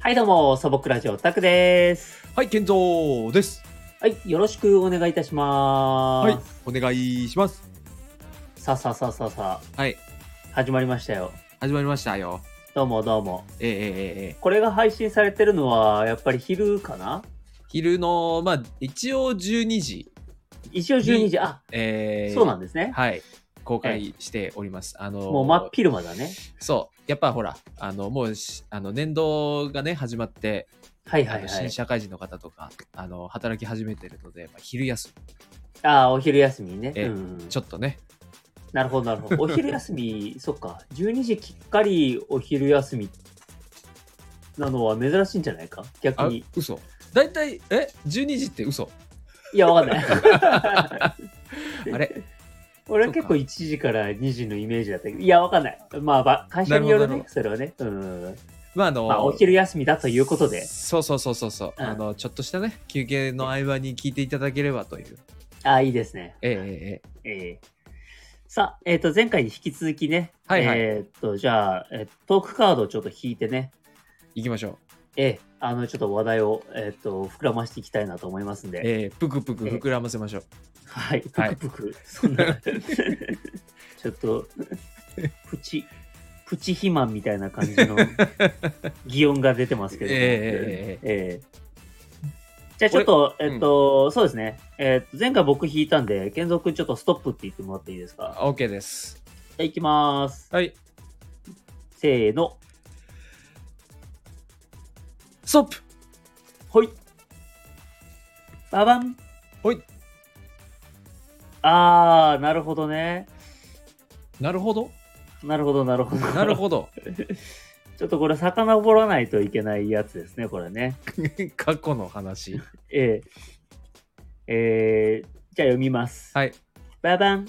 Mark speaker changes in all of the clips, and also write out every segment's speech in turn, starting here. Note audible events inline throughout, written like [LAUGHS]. Speaker 1: はい、どうも、素朴ラジオタクです。
Speaker 2: はい、健三です。
Speaker 1: はい、よろしくお願いいたします。
Speaker 2: はい、お願いします。
Speaker 1: さあさあさあさあさ
Speaker 2: はい、
Speaker 1: あ、始まりましたよ。
Speaker 2: 始まりましたよ。
Speaker 1: どうもどうも。
Speaker 2: ええええええ
Speaker 1: これが配信されてるのは、やっぱり昼かな
Speaker 2: 昼の、まあ、一応12時。
Speaker 1: 一応12時、あ、
Speaker 2: ええ
Speaker 1: そうなんですね。
Speaker 2: はい、公開しております。あのー
Speaker 1: もう真っ昼間だね。
Speaker 2: そう、やっぱほら、あの、もうし、あの、年度がね、始まって、
Speaker 1: はい
Speaker 2: あ
Speaker 1: はい
Speaker 2: の
Speaker 1: は
Speaker 2: 新
Speaker 1: い。
Speaker 2: 社会人の方とか、あの、働き始めてるので、まあ、昼休
Speaker 1: ああ、お昼休みね。
Speaker 2: え
Speaker 1: うん
Speaker 2: み、。ちょっとね、
Speaker 1: なるほどなる
Speaker 2: [LAUGHS]
Speaker 1: ほど。お昼休み、そっか。12時きっかりお昼休みなのは珍しいんじゃないか逆
Speaker 2: あ
Speaker 1: に。、
Speaker 2: 嘘。だいたい、え、12時って嘘
Speaker 1: いや、わかん
Speaker 2: [LAUGHS]
Speaker 1: ない。
Speaker 2: あれ
Speaker 1: 俺は結構
Speaker 2: そう
Speaker 1: 1時から2時のイメージだったけど、いや、わかんない。まあば、会社による
Speaker 2: なる
Speaker 1: ね
Speaker 2: ほ、ど
Speaker 1: それはね。うん。
Speaker 2: まあ、あのー、
Speaker 1: まあ、お昼休みだということで。
Speaker 2: そうそうそうそうそう、
Speaker 1: うん
Speaker 2: あのちょっとしたね休憩の合間に聞いていただければという
Speaker 1: ああ、いいですね。
Speaker 2: えええええ
Speaker 1: ええさあ、えっ、と、前回に引き続きね。
Speaker 2: はいはい
Speaker 1: えっ、と、じゃあ、えトークカードをちょっと引いてね。
Speaker 2: え行きましょう
Speaker 1: ええあの、ちょっと話題を、えっ、と、膨らましていきたいなと思いますんで。
Speaker 2: ええぷくぷく膨らませましょう、
Speaker 1: はい、ぷ
Speaker 2: はい
Speaker 1: くぷく。そん
Speaker 2: [LAUGHS]
Speaker 1: な、ちょっと、プチ、プチ肥満みたいな感じ
Speaker 2: [LAUGHS]
Speaker 1: の擬音が出てますけど、
Speaker 2: えええ
Speaker 1: ええじゃあちょっと、
Speaker 2: れ
Speaker 1: えっと、そうですね。えっと、前回僕弾いたんで、健三君ちょっとストップって言ってもらっていいですか。
Speaker 2: あ OK です
Speaker 1: じゃあいきます。
Speaker 2: はい
Speaker 1: せーの。
Speaker 2: ストップ
Speaker 1: ほい。ババン。
Speaker 2: ほい。
Speaker 1: あー、なるほどね。
Speaker 2: なるほど
Speaker 1: なるほど、なるほど。
Speaker 2: なるほど [LAUGHS]
Speaker 1: ちょっとこれ、遡らないといけないやつですね、これね。
Speaker 2: 過去の話
Speaker 1: えええーじゃあ読みます。
Speaker 2: はい
Speaker 1: ババン。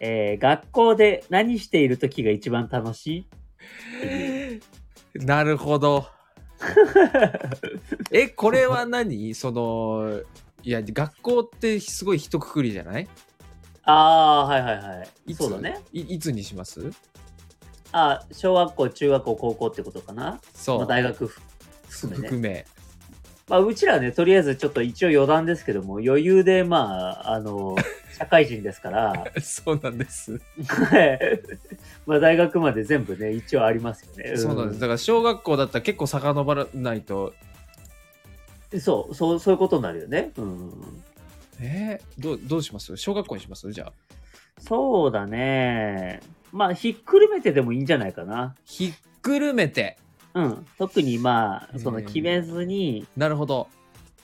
Speaker 1: えー学校で何している時が一番楽しい
Speaker 2: なるほど [LAUGHS] えこれは何そのいや学校ってすごい一括りじゃない
Speaker 1: ああー、はいはいはいい。
Speaker 2: つ
Speaker 1: そうだね。
Speaker 2: いいつにします
Speaker 1: あー小学校、中学校、高校ってことかな。
Speaker 2: そう、
Speaker 1: まあ、大学ふ含めね。
Speaker 2: 含め [LAUGHS]
Speaker 1: まあ、うちらはね、とりあえずちょっと一応余談ですけども、余裕で、まあ、あ
Speaker 2: [LAUGHS]
Speaker 1: の、社会人ですから、 [LAUGHS]
Speaker 2: そうなんです
Speaker 1: はいまあ、大学まで全部ね、一応ありますよね。
Speaker 2: そうなんです。だから小学校だったら結構遡らないと、
Speaker 1: そう、そう、そういうことになるよね。うん。
Speaker 2: えー、どうどうします小学校にしますじゃあ。
Speaker 1: そうだね。まあ、ひっくるめてでもいいんじゃないかな。
Speaker 2: ひっくるめて。
Speaker 1: うん。特にまあ、
Speaker 2: うん
Speaker 1: その決めずに、
Speaker 2: なるほど。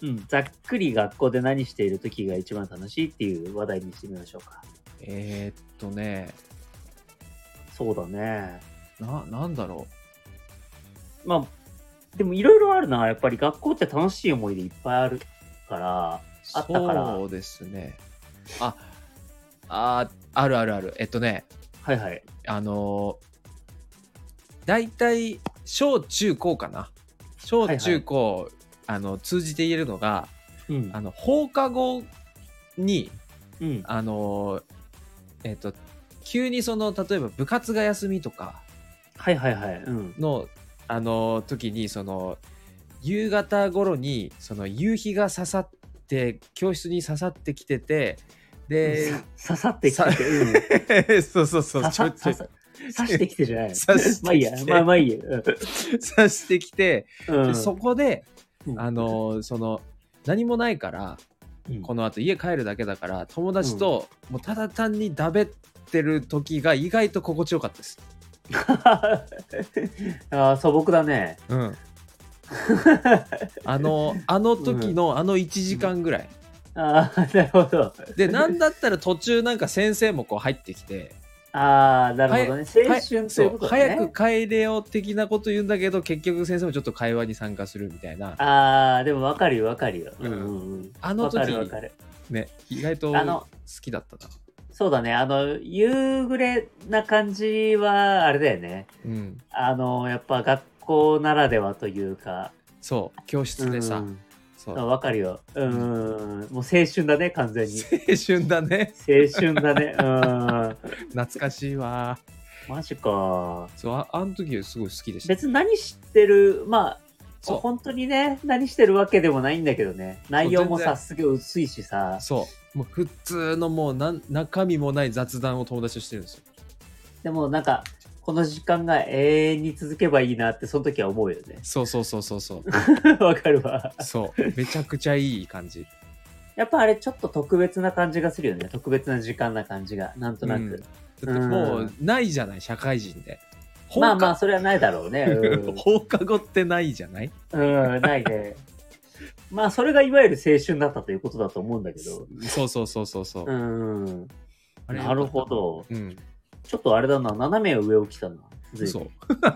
Speaker 1: うん、ざっくり学校で何している時が一番楽しいっていう話題にしてみましょうか。
Speaker 2: えー、っとね、
Speaker 1: そうだね。
Speaker 2: な、なんだろ
Speaker 1: まあ、でもいろいろあるな。やっぱり学校って楽しい思い出いっぱいあるから、
Speaker 2: う。
Speaker 1: あったから
Speaker 2: そうですね。あ、あ、あるあるある。えっとね、
Speaker 1: はいはい。
Speaker 2: あのー、大体、小中高かな。小中高、あの、通じて言えるのが、
Speaker 1: うん
Speaker 2: あ。の、放課後に、
Speaker 1: うん。
Speaker 2: あのーえっ、と急にその例えば部活が休みとか
Speaker 1: はいはいはい。うん。
Speaker 2: のあのー時にその夕方頃にその夕日が刺さって教室に刺さってきててで
Speaker 1: さ刺さってきてて、うん。
Speaker 2: [LAUGHS] そうそうそう
Speaker 1: 刺
Speaker 2: ちょ
Speaker 1: さ、刺
Speaker 2: いちょい
Speaker 1: さ、刺してきてじゃないの
Speaker 2: 刺してきて
Speaker 1: まあいいや、まあまあいいや。
Speaker 2: 刺してきて、
Speaker 1: うん。う
Speaker 2: で
Speaker 1: ん
Speaker 2: そこで
Speaker 1: うん
Speaker 2: あのーその何もないから
Speaker 1: うん
Speaker 2: このあと家帰るだけだから友達ともうただ単にだべってる時が意外と心地よかったです。
Speaker 1: [LAUGHS] あー素朴だね。
Speaker 2: うん、
Speaker 1: [LAUGHS]
Speaker 2: あのあの時のあの1時間ぐらい、
Speaker 1: ああ、なるほど。
Speaker 2: でなんだったら途中なんか先生もこう入って
Speaker 1: [LAUGHS]
Speaker 2: きて
Speaker 1: ああ、なるほどね。青
Speaker 2: はい
Speaker 1: 春と
Speaker 2: そ
Speaker 1: いううことだね。
Speaker 2: 早く帰れよ的なこと言うんだけど結局先生もちょっと会話に参加するみたいなあ
Speaker 1: ああ、でもわかるよ、わかるよ。うんうんうん。
Speaker 2: の
Speaker 1: わ
Speaker 2: 時
Speaker 1: かるわかる。
Speaker 2: ね意外と
Speaker 1: あの
Speaker 2: 好きだったな、
Speaker 1: そうだね。あの、夕暮れな感じは、あれだよね。
Speaker 2: うん、
Speaker 1: あの、やっぱ学校ならではというか。
Speaker 2: そう教室でさ、
Speaker 1: うん
Speaker 2: そう
Speaker 1: あ
Speaker 2: 青
Speaker 1: わかるよ。うんうんうん。もう青春だね、完全
Speaker 2: [LAUGHS]
Speaker 1: に。
Speaker 2: 春だね
Speaker 1: 青春だね。うん。
Speaker 2: 懐かしいわ
Speaker 1: マジか。
Speaker 2: そうああの時すごい好きでした
Speaker 1: 別に何してる、まあ、
Speaker 2: そう
Speaker 1: 本当にね、何してるわけでもないんだけどね。内容も
Speaker 2: 全
Speaker 1: さ、
Speaker 2: 然
Speaker 1: すげえ薄いしさ。
Speaker 2: そうもう普通のもうなん中身もない雑談を友達としてるんですよ
Speaker 1: でもなんか、この時間が永遠に続けばいいなって、その時は思うよね。 [LAUGHS]
Speaker 2: そうそうそうそうそう
Speaker 1: わかるわ。
Speaker 2: そうめちゃくちゃいい感じ
Speaker 1: やっぱあれちょっと特別な感じがするよね。特別な時間な感じが。なんとな
Speaker 2: うんだっ
Speaker 1: く。
Speaker 2: てもうないじゃない社会人で放課,、
Speaker 1: まあまあ、それはないだろう
Speaker 2: [LAUGHS]
Speaker 1: ね。うん
Speaker 2: 放課後ってないじゃない
Speaker 1: うん、ないね。まあ、それがいわゆる青春だったということだと思うんだけど。
Speaker 2: そうそうそうそうそ
Speaker 1: う
Speaker 2: う、
Speaker 1: ん。
Speaker 2: あれ
Speaker 1: なるほど。
Speaker 2: うん
Speaker 1: ちょっとあれだな、斜め上を来たな。随
Speaker 2: そ
Speaker 1: 分
Speaker 2: う
Speaker 1: うん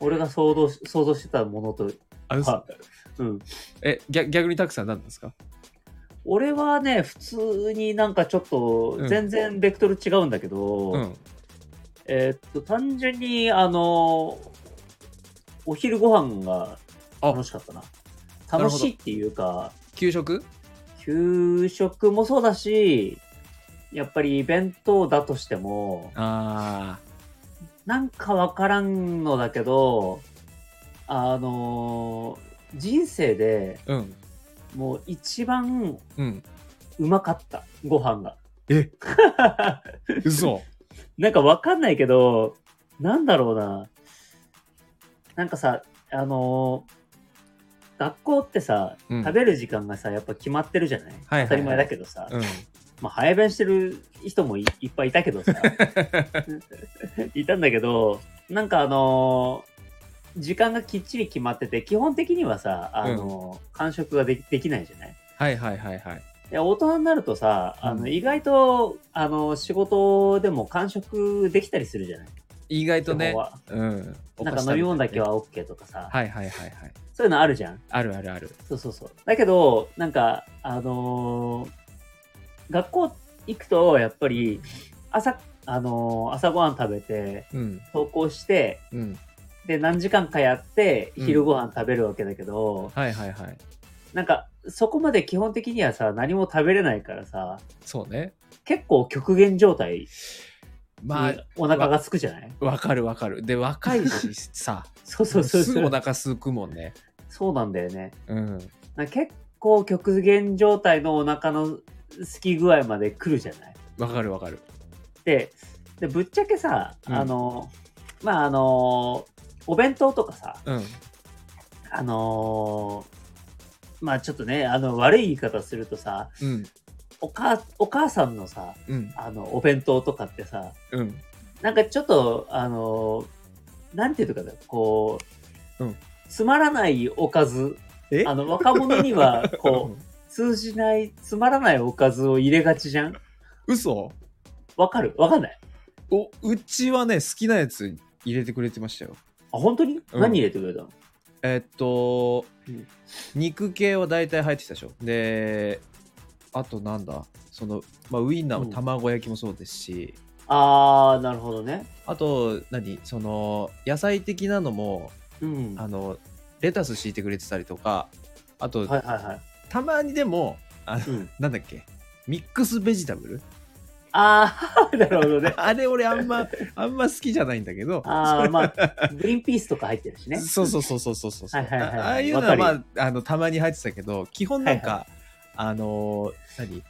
Speaker 1: [LAUGHS] 俺が想像し想像してたものと。
Speaker 2: あ嘘
Speaker 1: はうん。
Speaker 2: え逆逆にたくさん何ですか
Speaker 1: 俺はね、普通になんかちょっと
Speaker 2: うん、
Speaker 1: 全然ベクトル違うんだけど、
Speaker 2: うん
Speaker 1: えーっと、単純に、あの、お昼ご飯が
Speaker 2: あ
Speaker 1: 楽しかったな。
Speaker 2: ほど
Speaker 1: 楽しいっていうか、
Speaker 2: 給食
Speaker 1: 給食もそうだし、やっぱり弁当だとしても、
Speaker 2: あ
Speaker 1: なんかわからんのだけど、あのー人生で
Speaker 2: あうん
Speaker 1: もう一番
Speaker 2: うん
Speaker 1: うまかった、ご飯が。
Speaker 2: え嘘
Speaker 1: [LAUGHS] なんかわかんないけど、なんだろうな。なんかさ、あのー学校ってさ、
Speaker 2: うん
Speaker 1: 食べる時間がさ、やっぱ決まってるじゃない、
Speaker 2: はいはい
Speaker 1: 当たり前だけどさ、
Speaker 2: うん [LAUGHS]
Speaker 1: まあ、早弁してる人もいいっぱいいたけど
Speaker 2: [LAUGHS]
Speaker 1: さ、いたんだけど、なんかあのー時間がきっちり決まってて、基本的にはさ、あのー完食ができできないじゃない
Speaker 2: はいはいはいはい
Speaker 1: いや大人になるとさ、あ
Speaker 2: う
Speaker 1: の
Speaker 2: ん
Speaker 1: 意外と、あの仕事でも完食できたりするじゃない
Speaker 2: 意外と
Speaker 1: 基
Speaker 2: ね
Speaker 1: 本は
Speaker 2: うん
Speaker 1: なんか飲み物だけ
Speaker 2: は
Speaker 1: は OK とかさ、
Speaker 2: はいはいはいはい
Speaker 1: そういうのあるじゃん。
Speaker 2: あるあるある
Speaker 1: そうそうそう。だけど、なんか、あのー学校行くと、やっぱり、朝、あのー朝ごはん食べて、
Speaker 2: うん
Speaker 1: 登校して、
Speaker 2: うん
Speaker 1: で、何時間かやって、
Speaker 2: うん
Speaker 1: 昼ごはん食べるわけだけど、
Speaker 2: はいはいはい
Speaker 1: なんか、そこまで基本的にはさ、何も食べれないからさ、
Speaker 2: そうね
Speaker 1: 結構極限状態に
Speaker 2: まあ
Speaker 1: お腹がつくじゃない、
Speaker 2: わかるわかるで若
Speaker 1: [LAUGHS]
Speaker 2: いしさ
Speaker 1: そうそうそう
Speaker 2: すぐ
Speaker 1: そ
Speaker 2: お
Speaker 1: う。
Speaker 2: 腹すくもんね
Speaker 1: そうなんだよね。
Speaker 2: うん
Speaker 1: なんか結構極限状態のお腹のすき具合まで来るじゃない
Speaker 2: わかるわかる
Speaker 1: ででぶっちゃけさ、
Speaker 2: うん
Speaker 1: あのまああのお弁当とかさ
Speaker 2: うん
Speaker 1: あのまあちょっとねあの悪い言い方するとさ
Speaker 2: うん
Speaker 1: おかお母さんのさ
Speaker 2: うん
Speaker 1: あのお弁当とかってさ
Speaker 2: うん
Speaker 1: なんかちょっとあのなんていうのかなこう、
Speaker 2: うん
Speaker 1: つまらないおかず
Speaker 2: え
Speaker 1: あの若者にはこう通じないつまらないおかずを入れがちじゃん
Speaker 2: 嘘
Speaker 1: わかるわかんない
Speaker 2: おうちはね好きなやつ入れてくれてましたよ
Speaker 1: あ本当に、
Speaker 2: うん
Speaker 1: 何入れてくれたの
Speaker 2: えっと、
Speaker 1: うん
Speaker 2: 肉系は大体入ってきたでしょであとなんだその、まあ、ウインナ
Speaker 1: う
Speaker 2: ーも
Speaker 1: ん
Speaker 2: 卵焼きもそうですし、
Speaker 1: あーなるほどね
Speaker 2: あと何その野菜的なのも
Speaker 1: うん
Speaker 2: あのレタス敷いてくれてたりとかあと、
Speaker 1: はいはいはい。
Speaker 2: たまにでもあの
Speaker 1: うん、
Speaker 2: なんだっけミックスベジタブル
Speaker 1: あ [LAUGHS] あ、なるほどね。
Speaker 2: [LAUGHS] あれ俺あんまあんま好きじゃないんだけど
Speaker 1: ああ、まあ、グリーンピースとか入ってるしね。
Speaker 2: そうそうそうそうそうそうそう。
Speaker 1: はいはいはいはい
Speaker 2: あああいうの
Speaker 1: わか
Speaker 2: は
Speaker 1: る
Speaker 2: ま
Speaker 1: よ
Speaker 2: ああのたまに入ってたけど、基本なんか、
Speaker 1: は
Speaker 2: あのー何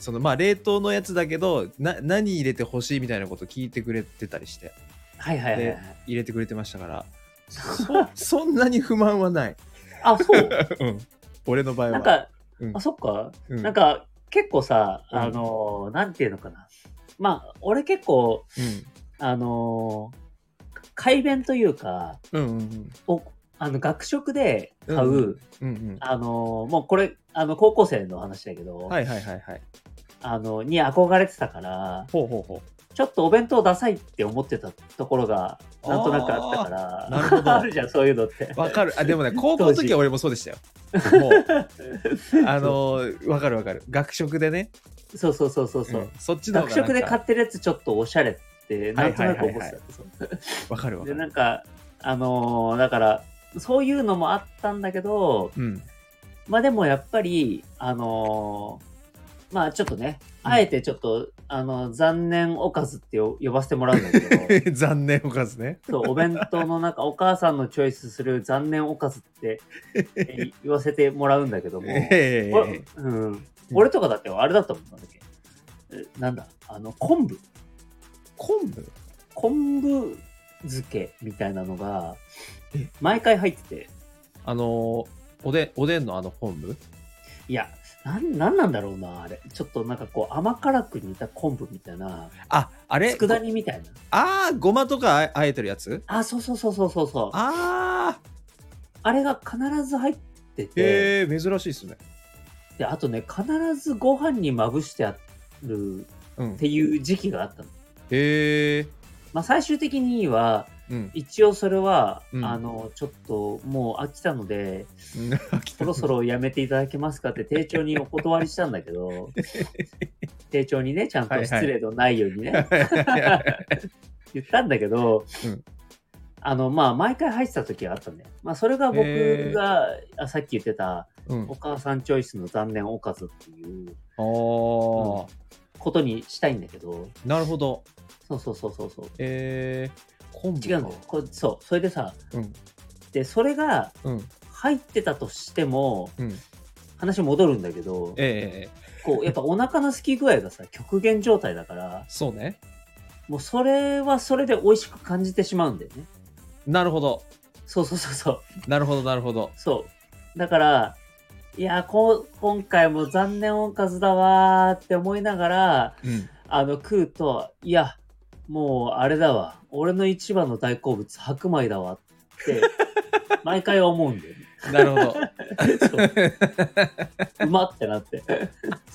Speaker 2: そのまあ冷凍のやつだけどな何入れてほしいみたいなこと聞いてくれてたりして
Speaker 1: はいはいはいはい。
Speaker 2: 入れてくれてましたからそ [LAUGHS] そんなに不満はない、
Speaker 1: あ、そう。
Speaker 2: [LAUGHS] うん、俺の場合は
Speaker 1: なんか、
Speaker 2: うん
Speaker 1: あ、そっか。
Speaker 2: うん
Speaker 1: なんか、結構さ、
Speaker 2: うん
Speaker 1: あのー、なんていうのかな。まあ、俺結構、あのー、改弁というか、
Speaker 2: うんうんうん
Speaker 1: おあの学食で買う、
Speaker 2: うんうんうん
Speaker 1: あのー、もうこれ、あの、高校生の話だけど、
Speaker 2: はいはいはいはい
Speaker 1: あの、に憧れてたから、
Speaker 2: ほうほうほ
Speaker 1: ちょっとお弁当ダサいって思ってたところが、なんとなくあったから、
Speaker 2: あーなるほ
Speaker 1: [LAUGHS]
Speaker 2: ど
Speaker 1: あるじゃん、そういうのって
Speaker 2: う。わかるあでもね高校の時は俺もそうでしたよ
Speaker 1: [LAUGHS]
Speaker 2: もうあのーわかるわかる学食でね
Speaker 1: そうそうそうそうそう、
Speaker 2: うんそっちの方
Speaker 1: 学
Speaker 2: がなん
Speaker 1: 食
Speaker 2: か
Speaker 1: で買ってるやつちょっとおしゃれってなんとなく思ってた、
Speaker 2: はいはいはいはわかるわか
Speaker 1: で
Speaker 2: る
Speaker 1: なんかあのーだからそういうのもあったんだけど
Speaker 2: うん
Speaker 1: まあでもやっぱりあのーまあちょっとね、
Speaker 2: うん
Speaker 1: あえてちょっと、あの、残念おかずってよ呼ばせてもらうんだけど、
Speaker 2: [LAUGHS] 残念おかずね。
Speaker 1: そうお弁当の中、お母さんのチョイスする残念おかずってえ言わせてもらうんだけども、
Speaker 2: [LAUGHS] え
Speaker 1: これうん、俺とかだってあれだったもんなんだっけえなんだ、あの、昆布、
Speaker 2: 昆布
Speaker 1: 昆布漬けみたいなのが
Speaker 2: え、
Speaker 1: 毎回入ってて、
Speaker 2: あのおでんおでんのあの昆布
Speaker 1: いや、なんなんなんだろうな、あれ。ちょっとなんかこう、甘辛く煮た昆布みたいな、
Speaker 2: ああれ
Speaker 1: 佃煮みたいな。
Speaker 2: ああごまとかああえてるやつ
Speaker 1: あ、そうそうそうそうそうそう。あ
Speaker 2: ああ
Speaker 1: れが必ず入ってて、
Speaker 2: へえ珍しいですね。
Speaker 1: で、あとね、必ずご飯にまぶしてある
Speaker 2: うん
Speaker 1: っ、ていう時期があったの。
Speaker 2: へえ
Speaker 1: まあ、最終的には、
Speaker 2: うん
Speaker 1: 一応それは、
Speaker 2: うん
Speaker 1: あの、ちょっともう飽きたので、
Speaker 2: 飽き
Speaker 1: そろそろやめていただけますかって、丁重にお断りしたんだけ
Speaker 2: [LAUGHS]
Speaker 1: ど、丁重にね、ちゃんと失礼のないようにね、
Speaker 2: た
Speaker 1: 言ったんだけど、
Speaker 2: うん
Speaker 1: あの、まあ、毎回入ってた時があったんだよ。まあ、それが僕
Speaker 2: へ
Speaker 1: が、あさっき言ってた、
Speaker 2: [LAUGHS] うん
Speaker 1: お母さんチョイスの残念おかずっていう
Speaker 2: あー、
Speaker 1: ことにしたいんだけど、
Speaker 2: なるほど。
Speaker 1: そうそうそうそうそう。
Speaker 2: えー、昆布か
Speaker 1: 違うんだよ。これそう。それでさ、
Speaker 2: うん
Speaker 1: で、それが
Speaker 2: うん
Speaker 1: 入ってたとしても、
Speaker 2: うん。
Speaker 1: 話戻るんだけど、
Speaker 2: ええ
Speaker 1: こう、やっぱお腹の空き具合がさ、極限状態だから、
Speaker 2: そうね。
Speaker 1: もうそれはそれで美味しく感じてしまうんだよね。
Speaker 2: なるほど。
Speaker 1: そうそうそうそう。
Speaker 2: なるほど、なるほど。
Speaker 1: そう。だから、いやーこ、今回も残念おかずだわーって思いながら、
Speaker 2: うん。
Speaker 1: あの、食うと、いや、もうあれだわ。俺の一番の大好物、白米だわって、毎回思うんだよね。
Speaker 2: なるほど。
Speaker 1: そう。うまってなって。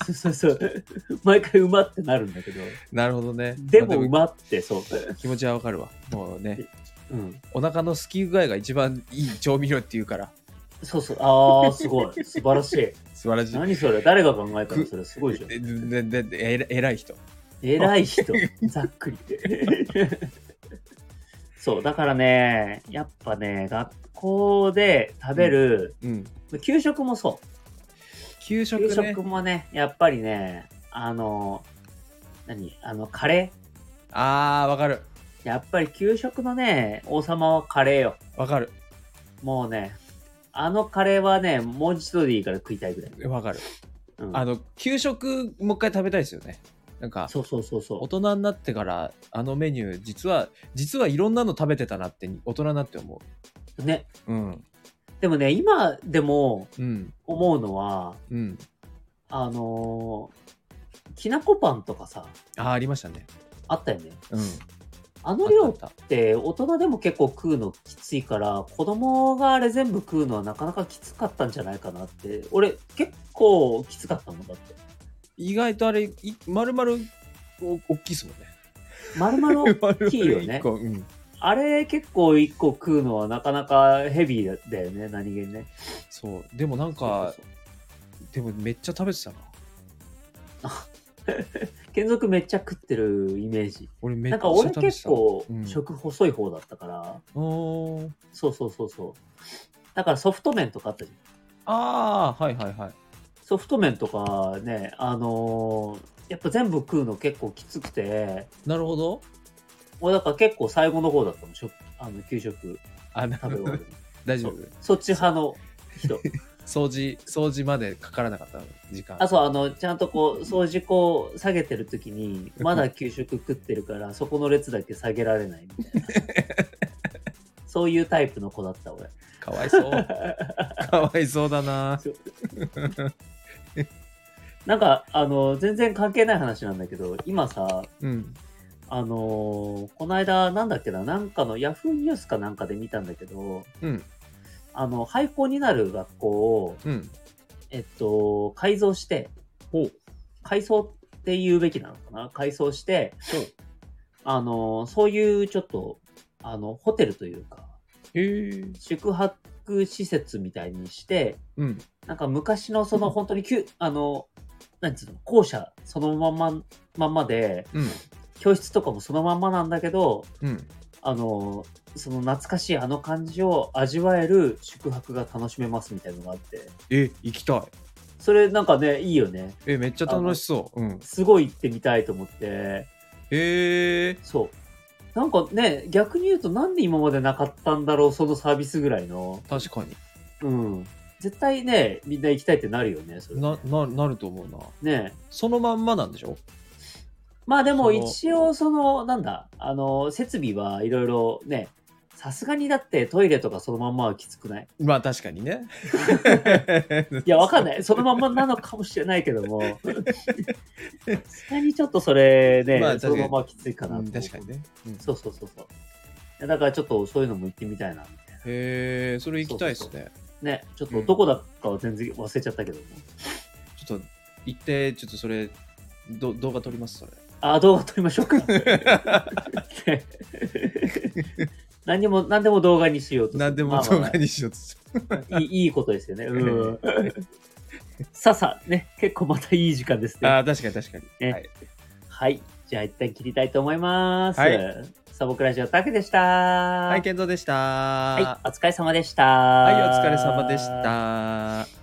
Speaker 1: そうそうそう。毎回うまってなるんだけど。
Speaker 2: なるほどね。
Speaker 1: でもう
Speaker 2: まあ
Speaker 1: まって、そう。
Speaker 2: でも気持ちはわかるわ。もうね、
Speaker 1: うん。
Speaker 2: お腹のすき具合が一番いい調味料っていうから、
Speaker 1: そうそう。ああ、すごい。素晴らしい。
Speaker 2: 素晴らしい。
Speaker 1: 何それ誰が考えたのそれすごいじゃん。
Speaker 2: ででででえら偉い人。
Speaker 1: 偉い人、ざっくりで。そう、だからね、やっぱね、学校で食べる、
Speaker 2: うん。
Speaker 1: 給食もそ
Speaker 2: 給
Speaker 1: う。
Speaker 2: 食ね。
Speaker 1: 給食もね、やっぱりね、あの、何あの、カレ
Speaker 2: あー、わかる。
Speaker 1: ーやっぱり給食のね、王様はカレーよ。
Speaker 2: わかる。
Speaker 1: もうね、あのカレーはね、もう一度でいいから食いたいぐらい。
Speaker 2: わかる。
Speaker 1: うん、
Speaker 2: あの、給食、もう一回食べたいですよね。なんか、
Speaker 1: そうそうそう
Speaker 2: 大
Speaker 1: そ
Speaker 2: 人になってからあのメニュー実は実はいろんなの食べてたなって大人になって思
Speaker 1: う。ね、
Speaker 2: ううん
Speaker 1: でもね、今でも
Speaker 2: うん
Speaker 1: 思うのは、
Speaker 2: うん
Speaker 1: あのーきなこパンとかさ、
Speaker 2: あーありましたね
Speaker 1: あったよね。
Speaker 2: うん
Speaker 1: あの量っ
Speaker 2: あったあった
Speaker 1: て大人でも結構食うのきついから、子供があれ全部食うのはなかなかきつかったんじゃないかなって。俺、結構きつかったもんだって。
Speaker 2: 意外とあれい丸々お大きいっすもんね
Speaker 1: 丸々、
Speaker 2: 大
Speaker 1: きいよね
Speaker 2: うん、
Speaker 1: あれ結構一個食うのはなかなかヘビーだよね、何気にね。
Speaker 2: そうでもなんか
Speaker 1: そうそう
Speaker 2: でもめっちゃ食べてたな
Speaker 1: そう剣族めっちゃ食ってるイメージ。
Speaker 2: 俺めっち
Speaker 1: な
Speaker 2: ゃ
Speaker 1: んか俺
Speaker 2: 食べて
Speaker 1: 結
Speaker 2: た
Speaker 1: 構
Speaker 2: うん
Speaker 1: 食細い方だったから、
Speaker 2: おー
Speaker 1: そうそうそうそう。だからソフト麺とかあったじゃん。
Speaker 2: ああはいはいはい
Speaker 1: ソフト麺とかね、あのーやっぱ全部食うの結構きつくて、
Speaker 2: なるほど
Speaker 1: 俺だから結構最後の方だったの、食あの給食
Speaker 2: あな
Speaker 1: 食べ
Speaker 2: る
Speaker 1: 終
Speaker 2: ほ
Speaker 1: わ
Speaker 2: ど [LAUGHS]
Speaker 1: る
Speaker 2: 大丈夫
Speaker 1: そっち派の人。
Speaker 2: 掃除掃除までかからなかった時間
Speaker 1: あ、そう、あの、ちゃんとこう、掃除こう、下げてる時に、まだ給食食ってるから、そこの列だけ下げられないみたい
Speaker 2: [LAUGHS]
Speaker 1: な。そういうタイプの子だった、俺。
Speaker 2: かわいそう
Speaker 1: [LAUGHS]
Speaker 2: かわいそうだな
Speaker 1: なんか、あの、全然関係ない話なんだけど、今さ、
Speaker 2: うん
Speaker 1: あのーこの間、なんだっけな、なんかのヤフーニュースかなんかで見たんだけど、
Speaker 2: うん
Speaker 1: あの、廃校になる学校を、
Speaker 2: うん
Speaker 1: えっと、改造して、改装って言うべきなのかな改装して、あの、そういうちょっと、あの、ホテルというか、
Speaker 2: へえ。
Speaker 1: 宿泊施設みたいにして、
Speaker 2: うん。
Speaker 1: なんか昔のその本当に旧、あの、なんつうの、校舎そのまんま、まんまで、
Speaker 2: うん。
Speaker 1: 教室とかもそのまんまなんだけど、
Speaker 2: うん。
Speaker 1: あの、その懐かしいあの感じを味わえる宿泊が楽しめますみたいなのがあって、
Speaker 2: え、行きたい。
Speaker 1: それなんかね、いいよね。
Speaker 2: えめっちゃ楽しそう。うん、
Speaker 1: すごい行ってみたいと思って。
Speaker 2: へえ。
Speaker 1: そう。なんかね、逆に言うとなんで今までなかったんだろう、そのサービスぐらいの。
Speaker 2: 確かに
Speaker 1: うん。絶対ね、みんな行きたいってなるよね、それ。
Speaker 2: なななると思うな。
Speaker 1: ね。
Speaker 2: そのまんまなんでしょ
Speaker 1: まあで
Speaker 2: そ
Speaker 1: も
Speaker 2: の
Speaker 1: 一応その、なんだ、あの、設備はいろいろね、さすがにだってトイレとかそのまんまはきつくない
Speaker 2: まあ確かにね。
Speaker 1: [LAUGHS] いや、わかん
Speaker 2: [LAUGHS]
Speaker 1: ない。そのまんまなのかもしれないけども。さすがにちょっとそれね、
Speaker 2: まあ確か
Speaker 1: そ
Speaker 2: に
Speaker 1: のままきついかなと
Speaker 2: う
Speaker 1: 思
Speaker 2: ん
Speaker 1: う
Speaker 2: 確かに。ね。うん
Speaker 1: そうそうそうそう。いやだからちょっとそういうのも行ってみたいな、みたい
Speaker 2: へえ、それ行きたいですね。
Speaker 1: そうな。ね、ちょっとどこだかは全然忘れちゃったけども。
Speaker 2: ちょっと行って、ちょっとそれ、ど動画撮ります、それ。
Speaker 1: あ、動画撮りまし [LAUGHS] ょうか。ね何にも、何でも動画にしようとする。
Speaker 2: 何で
Speaker 1: ま
Speaker 2: も
Speaker 1: あまあ
Speaker 2: 動画にしようとする。
Speaker 1: いいいいことですよね。 [LAUGHS] うん。さあさあ、ね、結構またいい時間ですね。
Speaker 2: ああ、確かに確かに。
Speaker 1: ね
Speaker 2: はい
Speaker 1: はい。じゃあ一旦切りたいと思います。
Speaker 2: はい
Speaker 1: サボクラジオタケでした。
Speaker 2: は、
Speaker 1: はい
Speaker 2: 健三でした。
Speaker 1: はい、お疲れ様でした。
Speaker 2: はい、
Speaker 1: は
Speaker 2: お疲れ様でし。た。